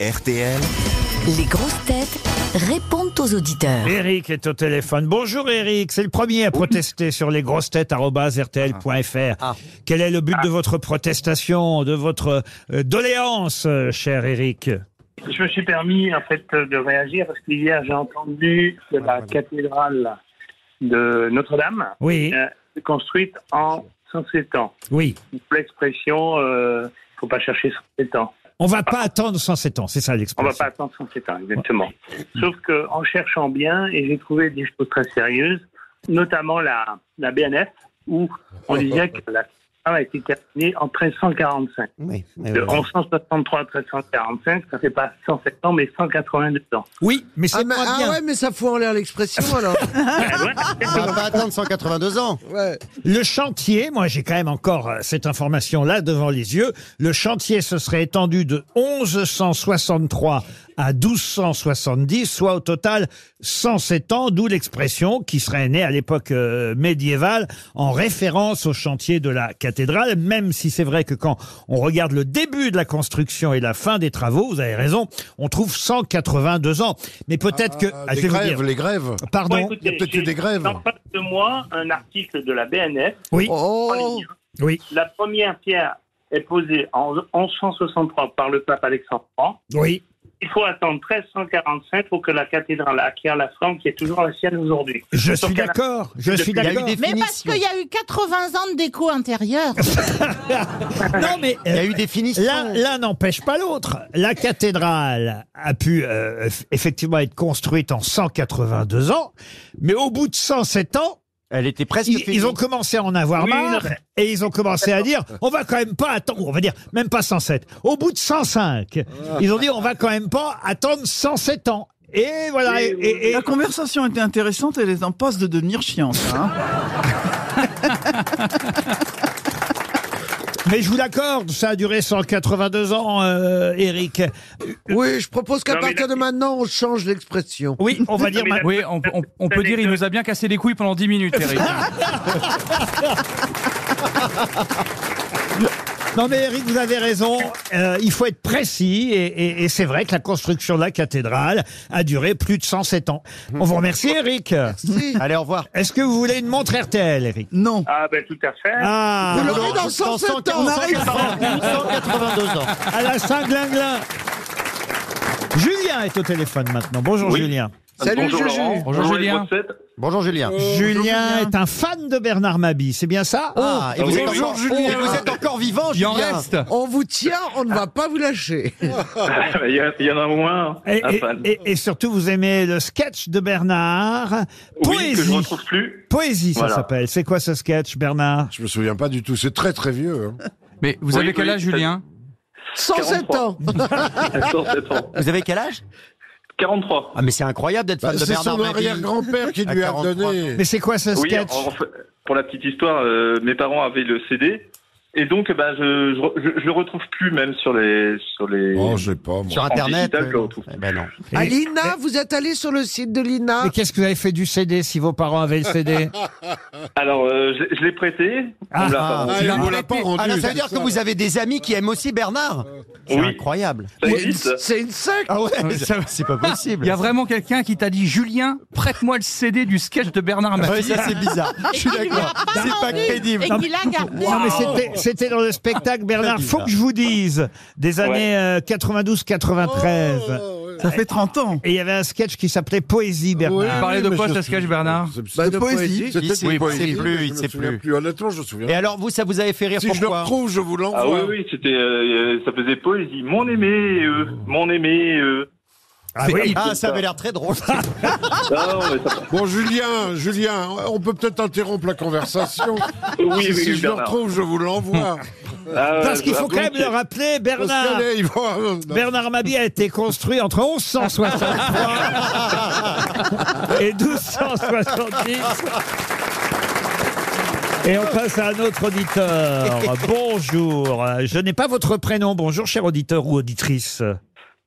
RTL. Les grosses têtes répondent aux auditeurs. Eric est au téléphone. Bonjour Eric, c'est le premier à protester sur les grosses Ah. lesgrossetêtes.rtl.fr. Quel est le but de votre protestation, de votre euh, doléance, euh, cher Eric Je me suis permis en fait de réagir parce qu'hier j'ai entendu de la cathédrale de Notre-Dame Oui, euh, construite en 107 ans. oui. L'expression euh, faut pas chercher 107 ans. On va pas attendre 107 ans, c'est ça On va l'expression. pas attendre 107 ans exactement. Sauf que en cherchant bien et j'ai trouvé des choses très sérieuses, notamment la la BNF où on disait que la cathédrale a été terminée en 1345. Oui, oui, De oui. 1163 à 1345, ça fait pas 107 ans mais 182 ans. Oui, mais Ah, c'est mais- moins ah bien. ouais, mais ça fout en l'air l'expression alors. Ben On va pas attendre 182 ans. Ouais. Le chantier, moi j'ai quand même encore euh, cette information-là devant les yeux, le chantier se serait étendu de 1163 à 1270, soit au total 107 ans, d'où l'expression qui serait née à l'époque euh, médiévale en référence au chantier de la cathédrale, même si c'est vrai que quand on regarde le début de la construction et la fin des travaux, vous avez raison, on trouve 182 ans. Mais peut-être que... Ah, les je vais vous grèves, dire. les grèves. Pardon Bon, écoutez, Il y a peut-être eu j'ai- des grèves. Dans pas de mois, un article de la BNF. Oui, en Oh ligne. oui, La première pierre est posée en 1163 par le pape Alexandre III. oui. Il faut attendre 1345 pour que la cathédrale acquiert la forme qui est toujours la sienne aujourd'hui. Je Sauf suis qu'à la- d'accord, je suis Il y a eu d'accord. des Mais parce finitions. qu'il y a eu 80 ans de déco intérieure. Non mais... Il y euh, a eu des finitions. Oh. L'un l'un n'empêche pas l'autre. La cathédrale a pu euh, eff- effectivement être construite en 182 ans, mais au bout de 107 ans, Elle était presque ils, ils ont commencé à en avoir Oui, marre non. et ils ont commencé à dire on va quand même pas attendre, on va dire même pas 107. Au bout de 105, ils ont dit on va quand même pas attendre 107 ans. Et voilà. Et, et- et- La conversation était intéressante, elle est en passe de devenir chiante. hein. mais je vous l'accorde, ça a duré 182 ans, euh, Eric. Oui, je propose qu'à Non, mais partir la- de maintenant, on change l'expression. Oui, on va dire. Non, mais ma- la- Oui, on, on- on peut dire il nous a bien cassé les couilles pendant 10 minutes, Eric. Ah, Non mais Eric, vous avez raison, Euh, il faut être précis et, et- et c'est vrai que la construction de la cathédrale a duré plus de 107 ans. On vous remercie Eric. Si. Allez, au revoir. Est-ce que vous voulez une montre RTL Eric Non. Ah ben tout à fait. Ah, Vous l'aurez dans 107 ans. On arrive à 182 ans. à la Saint-Glinglin Julien est au téléphone maintenant. Bonjour Oui. Julien. Salut, Bonjour, Juju. Laurent. Bonjour, les Julien. grosses têtes. Bonjour Julien. Julien est un fan de Bernard Mabie, c'est bien Oh. ça Ah, et vous, oui, êtes oui. encore, et vous êtes encore vivant, Il Julien. Ah. en reste. On vous tient, on ne va pas vous lâcher. Il y a- il y en a au moins et, un et- fan. et- et surtout, vous aimez le sketch de Bernard. Oui, que je Poésie. ne retrouve plus. Poésie, ça Voilà. s'appelle. C'est quoi ce sketch, Bernard Je me souviens pas du tout. C'est très très vieux. hein. Mais vous Oui, avez quel oui, âge, c'est- Julien 107 ans. Attends, attends. Vous avez quel âge 43. Ah, mais c'est incroyable d'être fan Bah, de c'est Bernard son Mabie. arrière-grand-père qui À lui a 43. donné. Mais c'est quoi ce Oui, sketch en fait, pour la petite histoire, euh, mes parents avaient le CD. Et donc, ben, je, je, je- je le retrouve plus même sur les sur les. Oh, je sais pas. Moi. Sur Internet. digital, je le euh, retrouve. eh ben non. Et- À l'INA, vous êtes allé sur le site de l'INA. Mais qu'est-ce que vous avez fait du CD si vos parents avaient le CD Alors, euh, je, je l'ai prêté. On me l'a pas rendu. Ah, il Ah, vous l'a pas rendu, ah, là, ça veut c'est dire que ça. vous avez des amis qui aiment aussi Bernard. C'est Oui. incroyable. Ça Mais existe C'est une secte. Ah Ouais, ouais, ça- c'est pas possible. Il y a vraiment quelqu'un qui t'a dit Julien, prête-moi le CD du sketch de Bernard Mabie. Ouais, ça c'est bizarre. Je suis Ah, d'accord. C'est pas crédible. Et qu'il a gardé. Oh, Non, mais c'était- c'était dans le spectacle, Bernard. Faut que je vous dise, des années euh, 92-93. Ah, Oh. Ça fait 30 ans. Et il y avait un sketch qui s'appelait Poésie, Vous Bernard. parlez de mais quoi, je ce suis- sketch, Bernard C'est- c'est Bah, de peut-être- poésie. C'est peut-être Il sait- une il poésie, sait plus, mais je il me sait souviens plus. Honnêtement, je me souviens. Et alors vous, ça vous avait fait rire si je le pourquoi retrouve, je vous l'envoie. Ah oui, oui, c'était, euh, euh, ça faisait poésie. Mon aimé, et eux, mon aimé, euh. et eux. Ah oui. Ah, ça avait l'air très drôle. Ah, non, mais ça... Bon, Julien, Julien, on peut peut-être interrompre la conversation. Oui, oui, si oui, je le Bernard. retrouve, je vous l'envoie. Ah, Parce qu'il ah, faut quand même le volontiers. rappeler, Parce Bernard. qu'elle est- il va- non. Bernard Mabie a été construit entre 1163 et 1270. Et on passe à un autre auditeur. Bonjour. Je n'ai pas votre prénom. Bonjour, cher auditeur ou auditrice.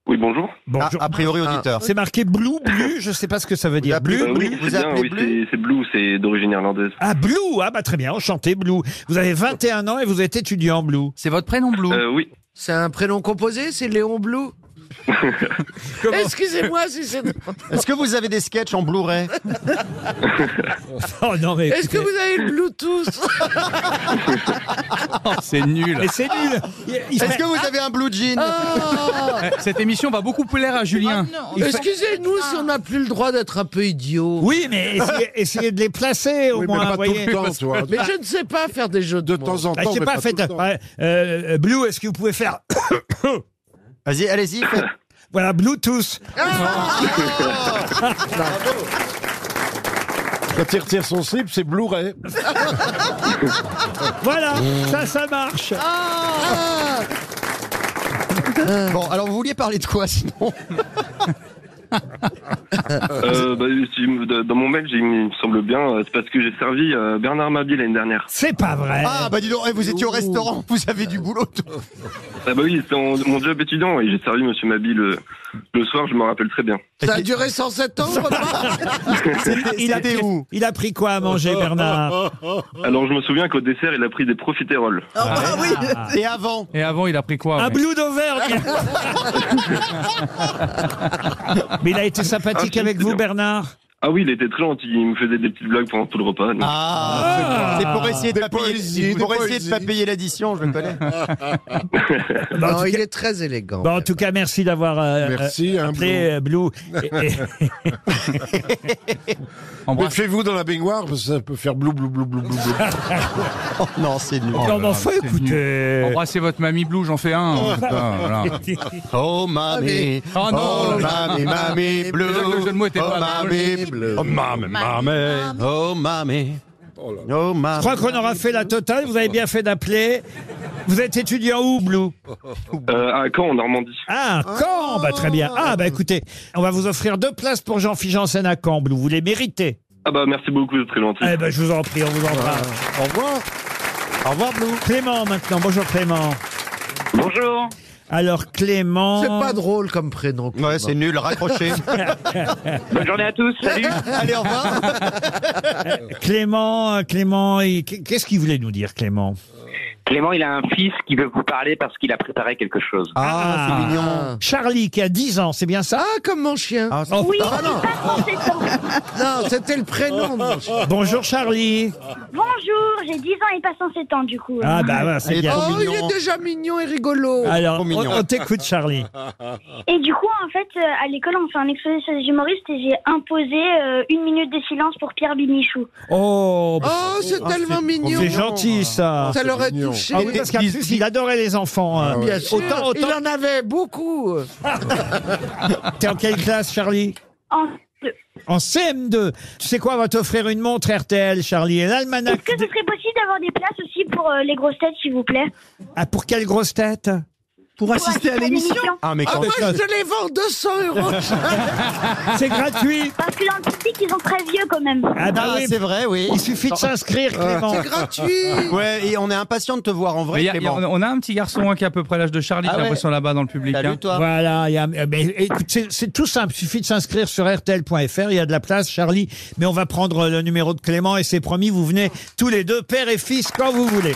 Oui, bonjour. Ah, Bonjour. a priori auditeur. C'est marqué Blue Blue, je sais pas ce que ça veut dire. appelez- Blue Ah oui, vous c'est bien, appelez oui, Bleu c'est- c'est Blue, c'est d'origine irlandaise. Ah Blue, ah bah très bien, enchanté Blue. Vous avez 21 ans et vous êtes étudiant Blue. C'est votre prénom, Blue Euh, oui. C'est un prénom composé, c'est Léon Blou. Excusez-moi si c'est... Est-ce que vous avez des sketchs en Blu-ray Oh non, mais. Est-ce que écoutez, vous avez le Bluetooth Oh, C'est nul. Mais c'est nul Il- il Est-ce ferait- que vous avez un blue jean Ah. Cette émission va beaucoup plaire à Julien. oh, non, Ah. Excusez-nous si on n'a plus le droit d'être un peu idiot. Oui, mais essayez, essayez de les placer au Oui, mais moins, pas tout voyez. le temps, tu vois. Mais je ne sais pas faire des jeux de, De mots. temps en temps. Ah, je sais mais pas, tout faites. le temps. ouais, euh, Blue, est-ce que vous pouvez faire. Vas-y, allez-y. faites. Voilà, Bluetooth. Quand il retire son slip, c'est Blu-ray. Voilà, ça, ça marche. Bon, alors vous vouliez parler de quoi sinon Euh, bah, si- d- dans mon mail, j'ai mis, il me semble bien, euh, c'est parce que j'ai servi euh, Bernard Mabie l'année dernière. C'est pas vrai. Ah, bah dis donc, eh, vous étiez au restaurant, vous avez du boulot. tout. Ah bah oui, c'était mon, mon job étudiant et j'ai servi Monsieur Mabie le, le soir, je me rappelle très bien. Ça a duré 107 ans, repas Ah, il, a C'était pris, où il a pris quoi à manger, Bernard Alors je me souviens qu'au dessert, il a pris des profiteroles. Ah oui Et avant Et avant, il a pris quoi Un Ah, ouais Blue d'Auvergne Mais il a été Ah, sympathique si, avec c'est vous, bien. Bernard Ah oui, il était très gentil, il me faisait des petites blagues pendant tout le repas. donc. Ah, Ah. c'est pour essayer de pas poésies, payer, des pour essayer de pas poésies. payer l'addition, je le connais. Bah, en Non, tout il cas- est très élégant. Bon, en tout cas, merci d'avoir euh, Merci, hein, euh, appelé euh, Blue. Et- et- Embrasse. Mettez-vous dans la baignoire, parce que ça peut faire blou, blou, blou, blou, blou. blou. Oh, non, c'est nul. Non, mais là, enfin, c'est écoutez. Embrassez votre mamie Blue, j'en fais un. hein, putain, voilà. Oh mamie, Oh non, oh mamie, Ah, mamie bleue, Déjà que le jeu de mots était oh pas drôle. mamie bleue, mamie, mamie. oh mamie, oh Je mamie. crois qu'on aura fait la totale. Vous avez bien fait d'appeler. Vous êtes étudiant où, Blue Euh, à Caen, en Normandie. Ah, Caen bah, Très bien. Ah, bah écoutez, on va vous offrir deux places pour Jean-Philippe Janssen à Caen, Blue. Vous les méritez. Ah bah merci beaucoup, vous êtes très gentil. Eh ben, je vous en prie, on vous embrasse. Au revoir. Au revoir Blue. Clément, maintenant. Bonjour, Clément. Bonjour Alors, Clément... C'est pas drôle comme prénom. Ouais, c'est nul, raccroché. Bonne journée à tous, salut Allez, au revoir. Clément, euh, Clément, et qu- qu'est-ce qu'il voulait nous dire, Clément Clément, il a un fils qui veut vous parler parce qu'il a préparé quelque chose. Ah, c'est mignon. Ah. Charlie, qui a 10 ans, c'est bien ça Ah, comme mon chien. Ah, c'est- Oh, Ah non. non, c'était le prénom. de mon chien. Bonjour, Charlie. Bonjour, j'ai 10 ans et pas 107 ans du coup. Ah, bah, ouais, Il c'est est bien. trop Oh, il mignon. est déjà mignon et rigolo. Alors, trop on, mignon. on t'écoute, Charlie. Et du coup, en fait, euh, à l'école, on fait un exposé sur les humoristes et j'ai imposé euh, une minute de silence pour Pierre Binichou. Oh, bah, Oh, c'est Ah, tellement mignon. c'est gentil, ça. Oh, Ça c'est l'aurait mignon. touché. Ah oui, parce qu'en plus, il adorait les enfants. Ah, hein. Bien sûr, Autant, il autant... en avait beaucoup. T'es en quelle classe, Charlie En... En CM2. Tu sais quoi, on va t'offrir une montre RTL, Charlie. Et Est-ce l'almanach... que ce de- serait possible d'avoir des places aussi pour euh, les grosses têtes, s'il vous plaît Ah, pour quelle grosse tête Pour assister à l'émission Ah, mais Ah, quand moi, ça- je te les vends 200 euros. C'est gratuit Parce que dans le public, ils sont très vieux quand même. Ah bah Ah, oui, c'est vrai, oui. il suffit de s'inscrire, Clément. C'est gratuit. Ouais, et on est impatient de te voir en Mais vrai, il y a- Clément. on a- on a un petit garçon hein, qui est à peu près l'âge de Charlie, Ah j'ai ouais. l'impression là-bas dans le public. hein. Salut, toi. Voilà, il y a- euh, mais écoute, c'est- c'est tout simple. Il suffit de s'inscrire sur rtl.fr. Il y a de la place, Charlie. Mais on va prendre le numéro de Clément et c'est promis, vous venez tous les deux, père et fils, quand vous voulez.